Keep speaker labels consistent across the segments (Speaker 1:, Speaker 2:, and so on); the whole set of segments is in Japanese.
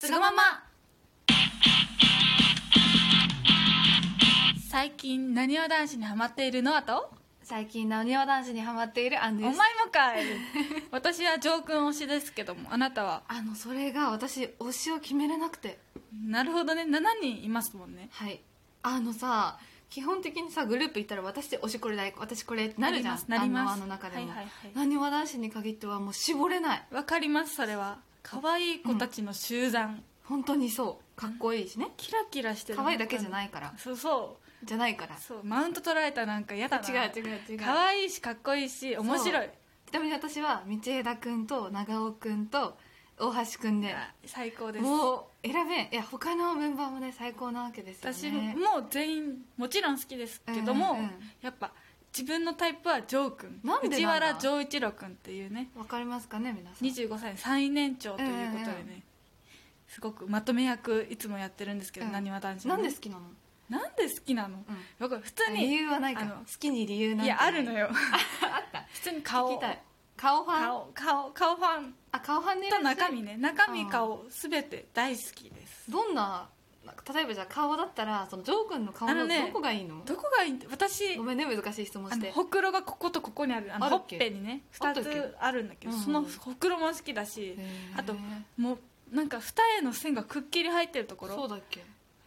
Speaker 1: つがまま最近なにわ男子にハマっているノアと
Speaker 2: 最近なにわ男子にハマっているアン
Speaker 1: お
Speaker 2: です
Speaker 1: もかい 私はジョー君推しですけどもあなたは
Speaker 2: あのそれが私推しを決めれなくて
Speaker 1: なるほどね7人いますもんね
Speaker 2: はいあのさ基本的にさグループ行ったら私推しこれだい私これってなるじゃん
Speaker 1: なります
Speaker 2: あの輪の中で
Speaker 1: はい
Speaker 2: も
Speaker 1: はいはい
Speaker 2: なにわ男子に限ってはもう絞れない
Speaker 1: わかりますそれは可愛い子たちの集団、
Speaker 2: 本当にそうかっこいいしね
Speaker 1: キラキラしてる
Speaker 2: 可愛いだけじゃ
Speaker 1: い
Speaker 2: ないから
Speaker 1: そうそ
Speaker 2: じゃないから
Speaker 1: うそうマウント取られたなんか嫌だな
Speaker 2: 違う違う違う
Speaker 1: 可愛いしかっこいいし面白い
Speaker 2: ちなみに私は道枝君と長尾君と大橋君で
Speaker 1: あ最高です
Speaker 2: もう選べんいや他のメンバーもね最高なわけですよね
Speaker 1: 私も全員もちろん好きですけども、
Speaker 2: うんうん
Speaker 1: やっぱ自分のタイプはジョー君
Speaker 2: なんでなんだ
Speaker 1: 藤原丈一郎君っていうね
Speaker 2: わかりますかね皆さん
Speaker 1: 25歳最年長ということでね、
Speaker 2: うんう
Speaker 1: すごくまとめ役いつもやってるんですけど
Speaker 2: うん
Speaker 1: なにわ男子の
Speaker 2: なん
Speaker 1: ね
Speaker 2: で好きなの
Speaker 1: なんで好きなの、僕普通
Speaker 2: 理
Speaker 1: に
Speaker 2: 由はないか
Speaker 1: あ
Speaker 2: ら
Speaker 1: の
Speaker 2: 好きに理由なん
Speaker 1: い
Speaker 2: て
Speaker 1: やあるのよ
Speaker 2: あった
Speaker 1: 普通に顔
Speaker 2: 聞きたい顔ファン
Speaker 1: 顔顔顔ファン
Speaker 2: あ顔ファンね
Speaker 1: と中身ね中身
Speaker 2: うん
Speaker 1: 顔すべて大好きです
Speaker 2: どんな例えばじゃあ顔だったらそのジョー君の顔
Speaker 1: あの
Speaker 2: のど
Speaker 1: ね
Speaker 2: こがいいの
Speaker 1: どこがいいんだ私
Speaker 2: ごめんね難しい質問
Speaker 1: あ
Speaker 2: し
Speaker 1: の
Speaker 2: て
Speaker 1: ほくろがこことここにあるあの
Speaker 2: ある
Speaker 1: ほ
Speaker 2: っ
Speaker 1: っ
Speaker 2: け
Speaker 1: ぺにね
Speaker 2: あ
Speaker 1: 2
Speaker 2: ったっけ
Speaker 1: つあるんだけど
Speaker 2: うんうん
Speaker 1: そのほくろも好きだし
Speaker 2: へー
Speaker 1: あともうなんか二重の線がくっきり入ってるところ
Speaker 2: そうだっけ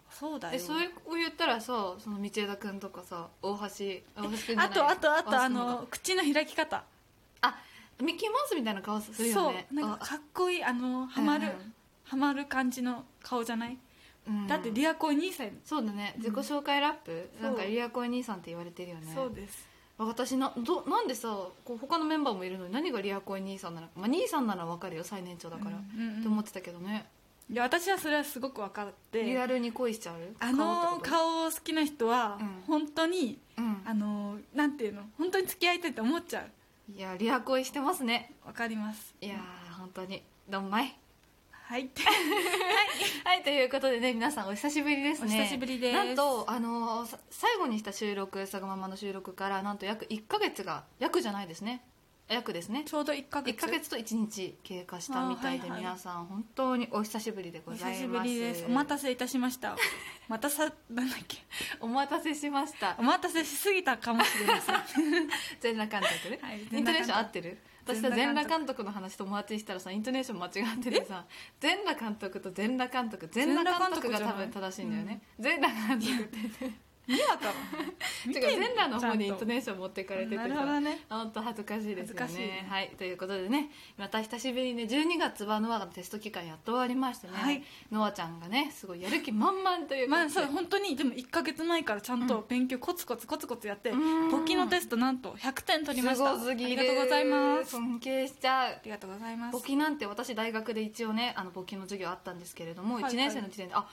Speaker 1: そうだよ
Speaker 2: えそれを言ったらさその道枝君とかさ大橋大橋君じゃない
Speaker 1: あとあとあ
Speaker 2: 大橋
Speaker 1: とあ
Speaker 2: 君か
Speaker 1: の口の開き方
Speaker 2: あミッキーマウスみたいな顔する
Speaker 1: そ
Speaker 2: よ
Speaker 1: う
Speaker 2: ね
Speaker 1: なんかかっこいいあのハマる
Speaker 2: うんうん
Speaker 1: ハマる感じの顔じゃない
Speaker 2: あうん
Speaker 1: だってリアコン2歳
Speaker 2: そうだね自己紹介ラップ、
Speaker 1: そう
Speaker 2: なんかリアコイ兄さんって言われてるよね
Speaker 1: そうです
Speaker 2: 私などなんでさこう他のメンバーもいるのに何がリアコイ兄さんなのか、まあ、兄さんなら分かるよ最年長だから、
Speaker 1: うんうんうん
Speaker 2: って思ってたけどね
Speaker 1: いや私はそれはすごく分かっ
Speaker 2: リア
Speaker 1: て
Speaker 2: ルに恋しちゃう
Speaker 1: あの
Speaker 2: 顔って
Speaker 1: 顔を好きな人は
Speaker 2: うん
Speaker 1: 本当に
Speaker 2: ことうん
Speaker 1: あのなんていうの本当に付き合いたいって思っちゃう
Speaker 2: いやリア恋してますね
Speaker 1: わかります
Speaker 2: いやー本当にどんまい
Speaker 1: はい
Speaker 2: はいということでね皆さんお久しぶりですね
Speaker 1: お久しぶりです
Speaker 2: なんとあのーさ最後にした収録「さがまま」の収録からなんと約1か月が約じゃないですね約ですね
Speaker 1: ちょうど1ヶ
Speaker 2: 1
Speaker 1: 月
Speaker 2: か月と1日経過したみたい
Speaker 1: あー
Speaker 2: で
Speaker 1: はいはい
Speaker 2: 皆さん本当にお久しぶりで
Speaker 1: お
Speaker 2: ござ
Speaker 1: 久
Speaker 2: い
Speaker 1: し
Speaker 2: ま
Speaker 1: ぶ
Speaker 2: す
Speaker 1: りですお待たせいたしましたまたさなんだっけ
Speaker 2: お待たせしました
Speaker 1: お待たせしすぎたかもしれま せん
Speaker 2: 全裸監督ね、
Speaker 1: はい
Speaker 2: イントネーション合ってる私さ
Speaker 1: 全裸監督
Speaker 2: 全裸監督の話友達にしたらさイントネーション間違っててさ全裸監督と全裸監督全裸監督が多分正しいんだよね全裸監督って
Speaker 1: 見なか
Speaker 2: 違う全裸の方にイン
Speaker 1: ー
Speaker 2: トネーション持ってかれてて
Speaker 1: な
Speaker 2: さ
Speaker 1: るほどね
Speaker 2: 本当恥ずかしいです
Speaker 1: 恥ず
Speaker 2: よ
Speaker 1: かしい
Speaker 2: ね
Speaker 1: ね
Speaker 2: はいということでねまた久しぶりにね12月はノアのテスト期間やっと終わりましたね、
Speaker 1: はい
Speaker 2: ノアちゃんがねすごいやる気満々というこ
Speaker 1: ま
Speaker 2: とで
Speaker 1: あそう本当にでも1か月前からちゃんと勉強コツコツコツコツやって
Speaker 2: うん
Speaker 1: 簿記のテストなんと100点取りました
Speaker 2: すごすぎ
Speaker 1: ありがとうございますあ
Speaker 2: 尊敬しちゃう
Speaker 1: りがとうございます
Speaker 2: 簿記なんて私大学で一応ねあの簿記の授業あったんですけれども、
Speaker 1: はいはい
Speaker 2: 1年生の時点であ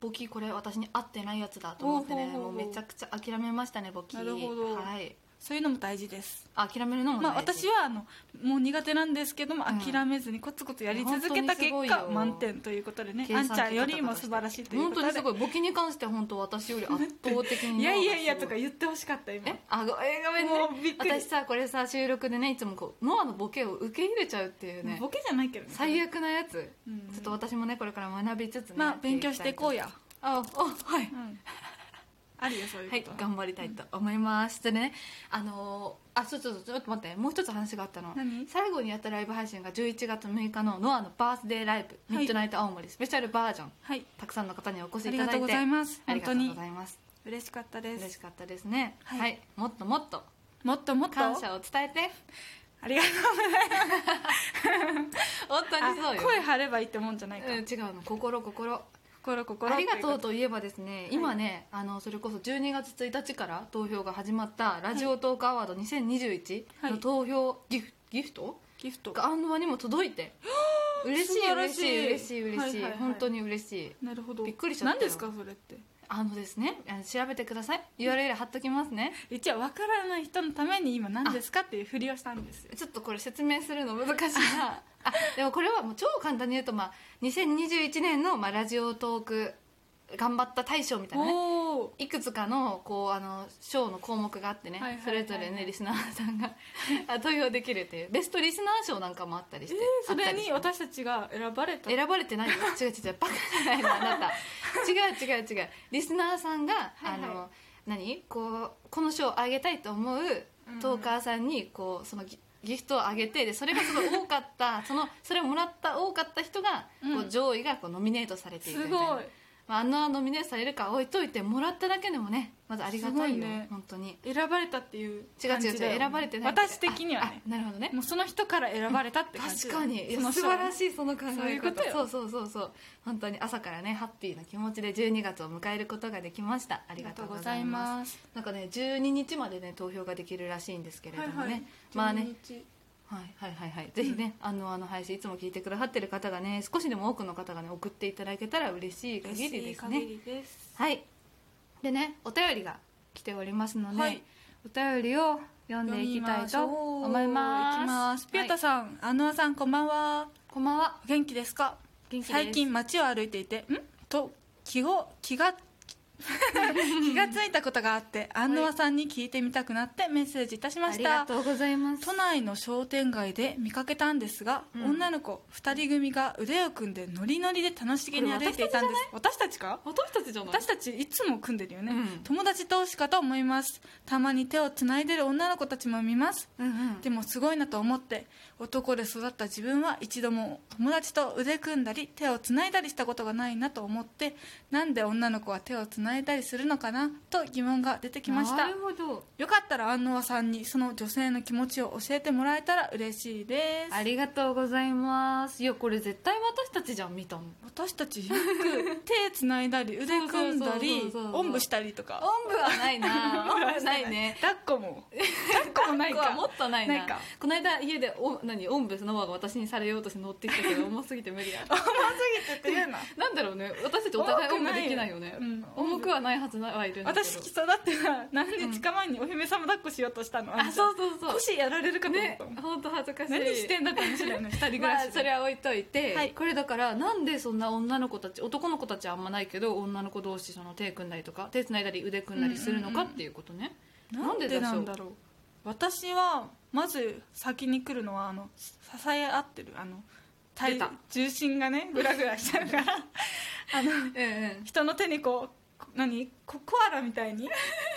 Speaker 2: 簿記これ私に合ってないやつだと思って
Speaker 1: ほ
Speaker 2: ね
Speaker 1: うほうほうほう
Speaker 2: もうめちゃくちゃ諦めましたね簿記
Speaker 1: なるほど
Speaker 2: はい、
Speaker 1: そういうのも大事です
Speaker 2: 諦めるのも
Speaker 1: まあ、
Speaker 2: 大事
Speaker 1: 私はあのもう苦手なんですけども
Speaker 2: うん
Speaker 1: 諦めずにコツコツやり続けた結
Speaker 2: いや本当にすごい
Speaker 1: 果
Speaker 2: よ
Speaker 1: 満点ということでね
Speaker 2: 計
Speaker 1: あ
Speaker 2: 算
Speaker 1: ん
Speaker 2: 機
Speaker 1: ちゃんよりも素晴らしいという
Speaker 2: 本
Speaker 1: こと
Speaker 2: 当
Speaker 1: で
Speaker 2: にすごい簿記に関しては本当私より圧倒的に
Speaker 1: いやいやいやとか
Speaker 2: え
Speaker 1: 言ってほしかった今
Speaker 2: あごえごめんね
Speaker 1: もうびっくり
Speaker 2: 私さこれさ収録でねいつもこうノアのボケを受け入れちゃうっていうね
Speaker 1: ボケじゃないけどね
Speaker 2: 最悪なやつ、
Speaker 1: うんうん
Speaker 2: ちょっと私もねこれから学びつつね
Speaker 1: まあ勉強していこう
Speaker 2: や
Speaker 1: や
Speaker 2: っていきたいとああはい
Speaker 1: うん あるよそういう
Speaker 2: はい
Speaker 1: こと、、
Speaker 2: 頑張りたいと思います。でね、あのーあ、ちょっと、ちょっと待って、もう一つ話があったの
Speaker 1: 何。
Speaker 2: 最後にやったライブ配信が11月6日のノアのバースデーライブ、
Speaker 1: はい
Speaker 2: ミッドナイト青森スペシャルバージョン。
Speaker 1: はい
Speaker 2: たくさんの方にお越し
Speaker 1: あ
Speaker 2: い
Speaker 1: り
Speaker 2: た
Speaker 1: が
Speaker 2: だ
Speaker 1: と
Speaker 2: いうて。
Speaker 1: ございます
Speaker 2: あ
Speaker 1: 本
Speaker 2: り
Speaker 1: 当
Speaker 2: がとう
Speaker 1: に
Speaker 2: ございます。
Speaker 1: 嬉しかったで
Speaker 2: 嬉し
Speaker 1: す
Speaker 2: かったですね。
Speaker 1: は
Speaker 2: はいい、もっともっと
Speaker 1: もっともっと
Speaker 2: 感謝を伝えて。
Speaker 1: ありがとう
Speaker 2: 本当にそうよ。
Speaker 1: 声張ればいいってもんじゃないから、
Speaker 2: うん、違うの、心心。
Speaker 1: 心心
Speaker 2: ありがとう
Speaker 1: と
Speaker 2: といえばですね今ね、あのそれこそ12月1日から投票が始まったラジオトークアワード2021
Speaker 1: はい
Speaker 2: の投票ギフ,、ギフト
Speaker 1: ギフト
Speaker 2: がアンノアにも届い て嬉し
Speaker 1: 素
Speaker 2: い
Speaker 1: 晴ら
Speaker 2: 嬉
Speaker 1: し
Speaker 2: しい
Speaker 1: い
Speaker 2: 嬉しい嬉しい
Speaker 1: はいはいはい
Speaker 2: 本当に嬉しい
Speaker 1: なるほど
Speaker 2: びっくりしちゃったよ
Speaker 1: 何ですかそれって
Speaker 2: あのですねあの調べてください URL 貼っときますね
Speaker 1: 一応わからない人のために今何ですかっていうふりをしたんですよ
Speaker 2: ちょっとこれ説明するの難しい なあでもこれはもう超簡単に言うと、まあ、2021年の、まあ、ラジオトーク頑張った大賞みたいなね
Speaker 1: おお
Speaker 2: いくつかのこうあの賞の項目があってね、
Speaker 1: はいはいはいはい
Speaker 2: それぞれねリスナーさん があ投票できるっていうベストリスナー賞なんかもあったりして、
Speaker 1: そ
Speaker 2: あっ
Speaker 1: れ
Speaker 2: たりし
Speaker 1: に
Speaker 2: て
Speaker 1: 私たちが選ばれた
Speaker 2: 選ばれてないよ違う違う違うバカじゃないのあなた違う違う違うリスナーさんが、
Speaker 1: はいはい
Speaker 2: あの何こうこの賞をあげたいと思うトーカーさんにこうそのギギフトをあげてでそれがすごい多かったそのそれをもらった多かった人が、
Speaker 1: う
Speaker 2: こうん上位がこうノミネートされていく
Speaker 1: す
Speaker 2: みたいな
Speaker 1: ごい
Speaker 2: まあ、あんなノミネートされるか置いといてもらっただけでもねまずありがたい
Speaker 1: すごい
Speaker 2: よ
Speaker 1: ね
Speaker 2: 本当に
Speaker 1: 選ばれたっていう
Speaker 2: 違う
Speaker 1: 感
Speaker 2: 違う違
Speaker 1: じだよ
Speaker 2: う選ばれてないって
Speaker 1: 私的にはね
Speaker 2: ああなるほどね
Speaker 1: もうその人から選ばれたって感じ
Speaker 2: 確かにいや
Speaker 1: その
Speaker 2: 素
Speaker 1: 人
Speaker 2: 晴ら
Speaker 1: い
Speaker 2: しいその考え方
Speaker 1: そういうことよ
Speaker 2: そうそうそうそう本当に朝からねハッピーな気持ちで12月を迎えることができましたあ
Speaker 1: あ
Speaker 2: りがとうございます
Speaker 1: す
Speaker 2: なんかね12日までね投票ができるらしいんですけれどもね、
Speaker 1: はいはい
Speaker 2: まあね
Speaker 1: 12日
Speaker 2: はいはいはいはいぜひね、あのあの配信いつも聞いてくださってる方がね少しでも多くの方がね送っていただけたら嬉しい限りですね
Speaker 1: 嬉しい限りです
Speaker 2: はいでねお便りが来ておりますので、
Speaker 1: はい
Speaker 2: お便りを読んでいきたいと思いま
Speaker 1: い
Speaker 2: す
Speaker 1: きますピュータ
Speaker 2: はい
Speaker 1: さん、アノアさんこんばんは
Speaker 2: こんばんは
Speaker 1: お元気ですか
Speaker 2: 元気です
Speaker 1: 最近街を歩いていてんと気を気 が気がついたことがあってアンノアさんに聞いてみたくなってメッセージいたしま
Speaker 2: あ
Speaker 1: し
Speaker 2: り
Speaker 1: た
Speaker 2: がとうございます
Speaker 1: 都内の商店街で見かけたんですが、
Speaker 2: うん
Speaker 1: 女の子2人組が腕を組んでノリノリで楽しげに歩いていたんです私たちか
Speaker 2: 私たちじゃない
Speaker 1: 私たちいつも組んでるよね、
Speaker 2: うん
Speaker 1: 友達同士かと思いますたまに手をつないでる女の子たちも見ます
Speaker 2: うんうん
Speaker 1: でもすごいなと思って男で育った自分は一度も友達と腕組んだり手をつないだりしたことがないなと思ってなんで女の子は手をつないだりするのかなと疑問が出てきました
Speaker 2: なるほど
Speaker 1: よかったら安納さんにその女性の気持ちを教えてもらえたら嬉しいです
Speaker 2: ありがとうございますいやこれ絶対私たちじゃん見たもん
Speaker 1: 私たちよく手つないだり腕組んだ
Speaker 2: そう
Speaker 1: り
Speaker 2: そうそうそう
Speaker 1: おんぶしたりとか
Speaker 2: おんぶはない なおんぶはないね
Speaker 1: 抱っこも抱っこもない
Speaker 2: こは
Speaker 1: か
Speaker 2: もっとないな
Speaker 1: ないか
Speaker 2: この間家でお何おんぶそのまが私にされようとして乗ってきたけど重すぎて無理だ
Speaker 1: 甘すぎてって言うな
Speaker 2: なんだろうね私たちお互いおんぶできないよね
Speaker 1: 重くないようん
Speaker 2: 重くはないはずなはいるんだけど
Speaker 1: 私きそうだってな何日か前にお姫様抱っこしようとしたの、あ
Speaker 2: あそうそうそう
Speaker 1: 腰やられるかと思っ
Speaker 2: ね
Speaker 1: たもん、
Speaker 2: 本当恥ずかしい
Speaker 1: 何してんだって話だよね二人暮らし
Speaker 2: まあ、それは置いといて、
Speaker 1: はい
Speaker 2: これだからなんでそんな女の子たち男の子たちはあんまないけど女の子同士その手組んだりとか手つないだり腕組んだりするのかっていうことね、
Speaker 1: なんでなんだ
Speaker 2: ろ
Speaker 1: ろう私はまず先に来るのはあの支え合ってるあの体
Speaker 2: 出た
Speaker 1: 重心がねグラグラしちゃう からあの
Speaker 2: う、うんうん、
Speaker 1: 人の手にこうこ何ココアラみたいに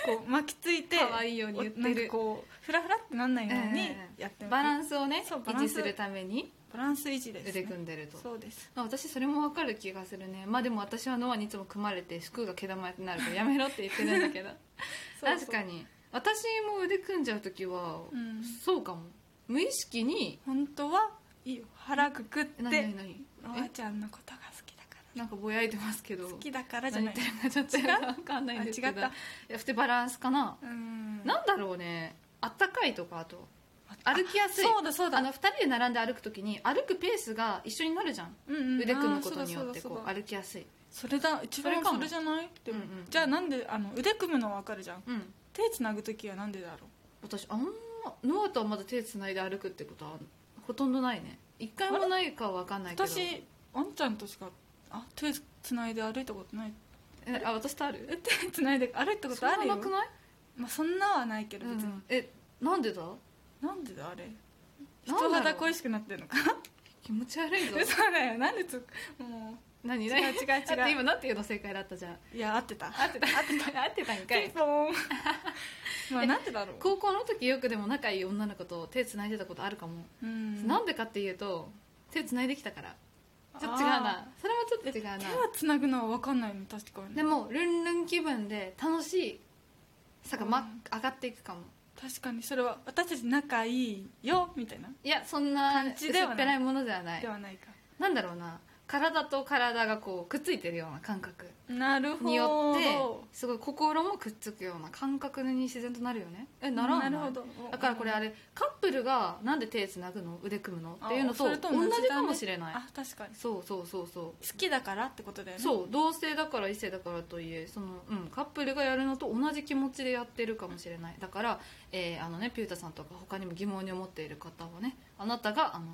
Speaker 1: こう巻きついて
Speaker 2: 可愛いように言ってる
Speaker 1: おなんかこうフラフラってなんないようにやって
Speaker 2: バラ
Speaker 1: ン
Speaker 2: ンスをね
Speaker 1: そうバ
Speaker 2: 維
Speaker 1: ラン
Speaker 2: 持
Speaker 1: ス
Speaker 2: するために
Speaker 1: バランス維持です、
Speaker 2: 腕組んでると、
Speaker 1: そうです
Speaker 2: まあ私それも分かる気がするねまあでも私はノアにいつも組まれて服が毛玉になるからやめろって言ってるんだけど確か
Speaker 1: に
Speaker 2: に私も腕組んじゃう時は、
Speaker 1: うん
Speaker 2: そうかも無意識に
Speaker 1: 本当はいいよ腹くくっ
Speaker 2: 何何
Speaker 1: て
Speaker 2: 何
Speaker 1: おばあちゃんのことが好きだか
Speaker 2: なんかぼやいてますけど
Speaker 1: ら好きだからじゃ
Speaker 2: 何言
Speaker 1: な
Speaker 2: っ
Speaker 1: い
Speaker 2: てるかちょっとよくわかんないんですけど
Speaker 1: あ違った
Speaker 2: いや普通バランスかな、
Speaker 1: うん
Speaker 2: なんだろうねあったかいとかあと歩きやすい
Speaker 1: そうだそうだ
Speaker 2: あの2人で並んで歩く時に歩くペースが一緒になるじゃん、
Speaker 1: うんうん
Speaker 2: 腕組むこ
Speaker 1: あ
Speaker 2: と
Speaker 1: ー
Speaker 2: に
Speaker 1: そ
Speaker 2: よ
Speaker 1: うだ
Speaker 2: って
Speaker 1: そうだ
Speaker 2: こう歩きやすい
Speaker 1: それだ一番
Speaker 2: それか
Speaker 1: そ
Speaker 2: も
Speaker 1: れじゃないでも、
Speaker 2: うんうん
Speaker 1: じゃあなんであの腕組むのは分かるじゃん
Speaker 2: うん、
Speaker 1: 手つなぐ時はなんでだろ
Speaker 2: 私あんまノアとはまだ手つないで歩くってことはほとんどないね一回もないかは分かんな
Speaker 1: う
Speaker 2: いけど
Speaker 1: 私あんちゃんとしかあ手つないで歩いたことない
Speaker 2: えあ私とある
Speaker 1: え手つないで歩いたことある
Speaker 2: そんな
Speaker 1: よ
Speaker 2: なくない、
Speaker 1: まあ、そんなはないけど別に、
Speaker 2: えなんでだ
Speaker 1: なんでだあれ
Speaker 2: なんだろ
Speaker 1: 人
Speaker 2: う
Speaker 1: 肌恋しくなってるのか
Speaker 2: 気持ち悪い ぞ
Speaker 1: 嘘だよなんでつも
Speaker 2: 何
Speaker 1: う違う 違
Speaker 2: 何
Speaker 1: う違
Speaker 2: だって今
Speaker 1: う
Speaker 2: なんていうの正解だったじゃん
Speaker 1: いや合ってた
Speaker 2: 合ってた合ってた合ってたんか
Speaker 1: ピン
Speaker 2: い
Speaker 1: ポ ーンまあなんでだろう
Speaker 2: 高校の時よくでも仲いい女の子と手つないでたことあるかも、
Speaker 1: うん
Speaker 2: なんでかっていうと手つないできたからちょっと違う
Speaker 1: あ
Speaker 2: なそれはちょっと違うな
Speaker 1: 手はつなぐのは分かんないの確かに
Speaker 2: でもルンルン気分で楽しいさが、ま上がっていくかも
Speaker 1: 確かにそれは私たち仲いいよみたいない
Speaker 2: やそんな
Speaker 1: 感
Speaker 2: 薄
Speaker 1: じ
Speaker 2: っ
Speaker 1: ではない
Speaker 2: ぺらいものではない
Speaker 1: ではないか
Speaker 2: なんだろうな体と体がこうくっついてるような感覚
Speaker 1: なるほど
Speaker 2: によってすごい心もくっつくような感覚に自然となるよねえなら
Speaker 1: な
Speaker 2: ない
Speaker 1: るほど
Speaker 2: だからこれあれカップルがなんで手つなぐの腕組むのっていうのと
Speaker 1: あそれと同
Speaker 2: 同
Speaker 1: じだね
Speaker 2: じかもしれない
Speaker 1: あ確かに
Speaker 2: そうそうそうそ
Speaker 1: 好きだからってことだよ
Speaker 2: う
Speaker 1: ね
Speaker 2: そう同性だから異性だからといえその、うん、カップルがやるのと同じ気持ちでやってるかもしれないだから、えーあのね、ピュータさんとか他にも疑問に思っている方はねあなたがあの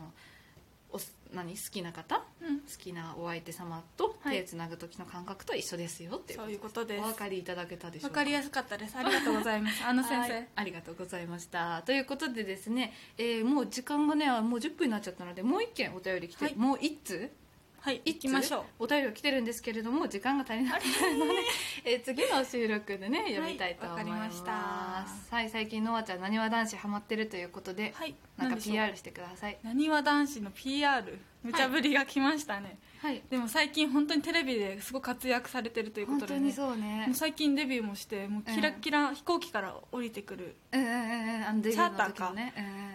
Speaker 2: おす何好きな方好
Speaker 1: うん、
Speaker 2: きなお相手様と
Speaker 1: はい
Speaker 2: 手をつなぐ時の感覚と一緒ですよっていうこ
Speaker 1: そう
Speaker 2: と
Speaker 1: いうことで
Speaker 2: お
Speaker 1: す
Speaker 2: 分かりいただけたでしょ
Speaker 1: わ
Speaker 2: う
Speaker 1: かりやすかったですありがとうござい ますあの先
Speaker 2: は
Speaker 1: 生
Speaker 2: いありがとうございましたということでですね、えーもう時間がねあもう10分になっちゃったのでもう1件お便り来て、
Speaker 1: はい
Speaker 2: もう1通
Speaker 1: はい
Speaker 2: 一
Speaker 1: 行きましょう
Speaker 2: 通お便りが来てるんですけれども時間が足りなかったので、 えー次の収録でね読みたいと思い
Speaker 1: わかり
Speaker 2: ま、
Speaker 1: ますし
Speaker 2: は
Speaker 1: た
Speaker 2: い、最近ノアちゃんなにわ男子ハマってるということで、
Speaker 1: はい
Speaker 2: なんか
Speaker 1: でしょう
Speaker 2: PR してください
Speaker 1: なにわ男子の PR 無茶ぶりが来ましたね、
Speaker 2: はい
Speaker 1: でも最近本当にテレビですごく活躍されてるというこ
Speaker 2: 本
Speaker 1: と
Speaker 2: 当
Speaker 1: で、
Speaker 2: に
Speaker 1: ね、
Speaker 2: そうね
Speaker 1: もう最近デビューもしてもうキラキラ、飛行機から降りてくる、
Speaker 2: うんうんうんうんあのデビューの時のね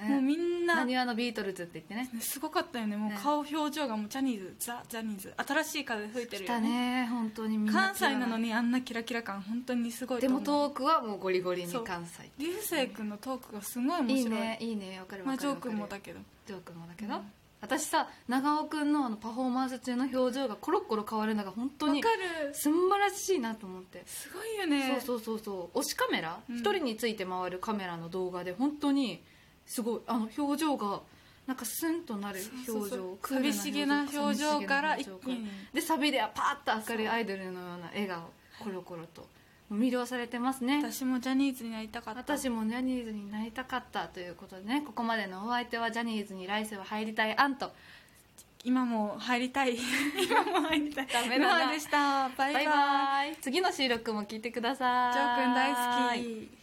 Speaker 1: もうみんな
Speaker 2: なにわのビートルズって言ってね
Speaker 1: すごかったよねもう
Speaker 2: ね
Speaker 1: 顔表情がもうジャニーズザ・ジャニーズ新しい風吹いてるよ
Speaker 2: 来た
Speaker 1: ね
Speaker 2: ね本当にみんな
Speaker 1: 関西なのにあんなキラキラ感本当にすごい
Speaker 2: でも
Speaker 1: 思う
Speaker 2: トークはもうゴリゴリに
Speaker 1: そう
Speaker 2: 関西
Speaker 1: 流星君のトークがすごい面白い
Speaker 2: いいねいいねわかる
Speaker 1: ま
Speaker 2: わ
Speaker 1: あ
Speaker 2: か
Speaker 1: ジ
Speaker 2: る
Speaker 1: ョ
Speaker 2: わ
Speaker 1: ー
Speaker 2: かる
Speaker 1: 君もだけど
Speaker 2: ジョー君もだけど、
Speaker 1: うん
Speaker 2: 私さ長尾君のあのパフォーマンス中の表情がコロッコロ変わるのが本当
Speaker 1: わ
Speaker 2: に
Speaker 1: かる
Speaker 2: すんばらしいなと思って、
Speaker 1: すごいよね
Speaker 2: そうそうそうそう推しカメラ
Speaker 1: う
Speaker 2: 一、
Speaker 1: ん
Speaker 2: 人について回るカメラの動画で本当にすごいあの表情がなんかスンとなる表情
Speaker 1: そうそうそう
Speaker 2: クール
Speaker 1: 寂しげな表情から
Speaker 2: 寂しげな表情
Speaker 1: 一気に
Speaker 2: でサビではパーッと明るいアイドルのような笑顔コロコロともう魅了されてますね
Speaker 1: 私もジャニーズになりたかった
Speaker 2: 私もジャニーズになりたかったということでねここまでのお相手はジャニーズに来世は入りたいアンと
Speaker 1: 今も入り たい今も入りたい
Speaker 2: ダメだな
Speaker 1: ノアでしたバイバ
Speaker 2: バ
Speaker 1: イ
Speaker 2: イバイ次の収録も聞いてください
Speaker 1: ジョー君大好き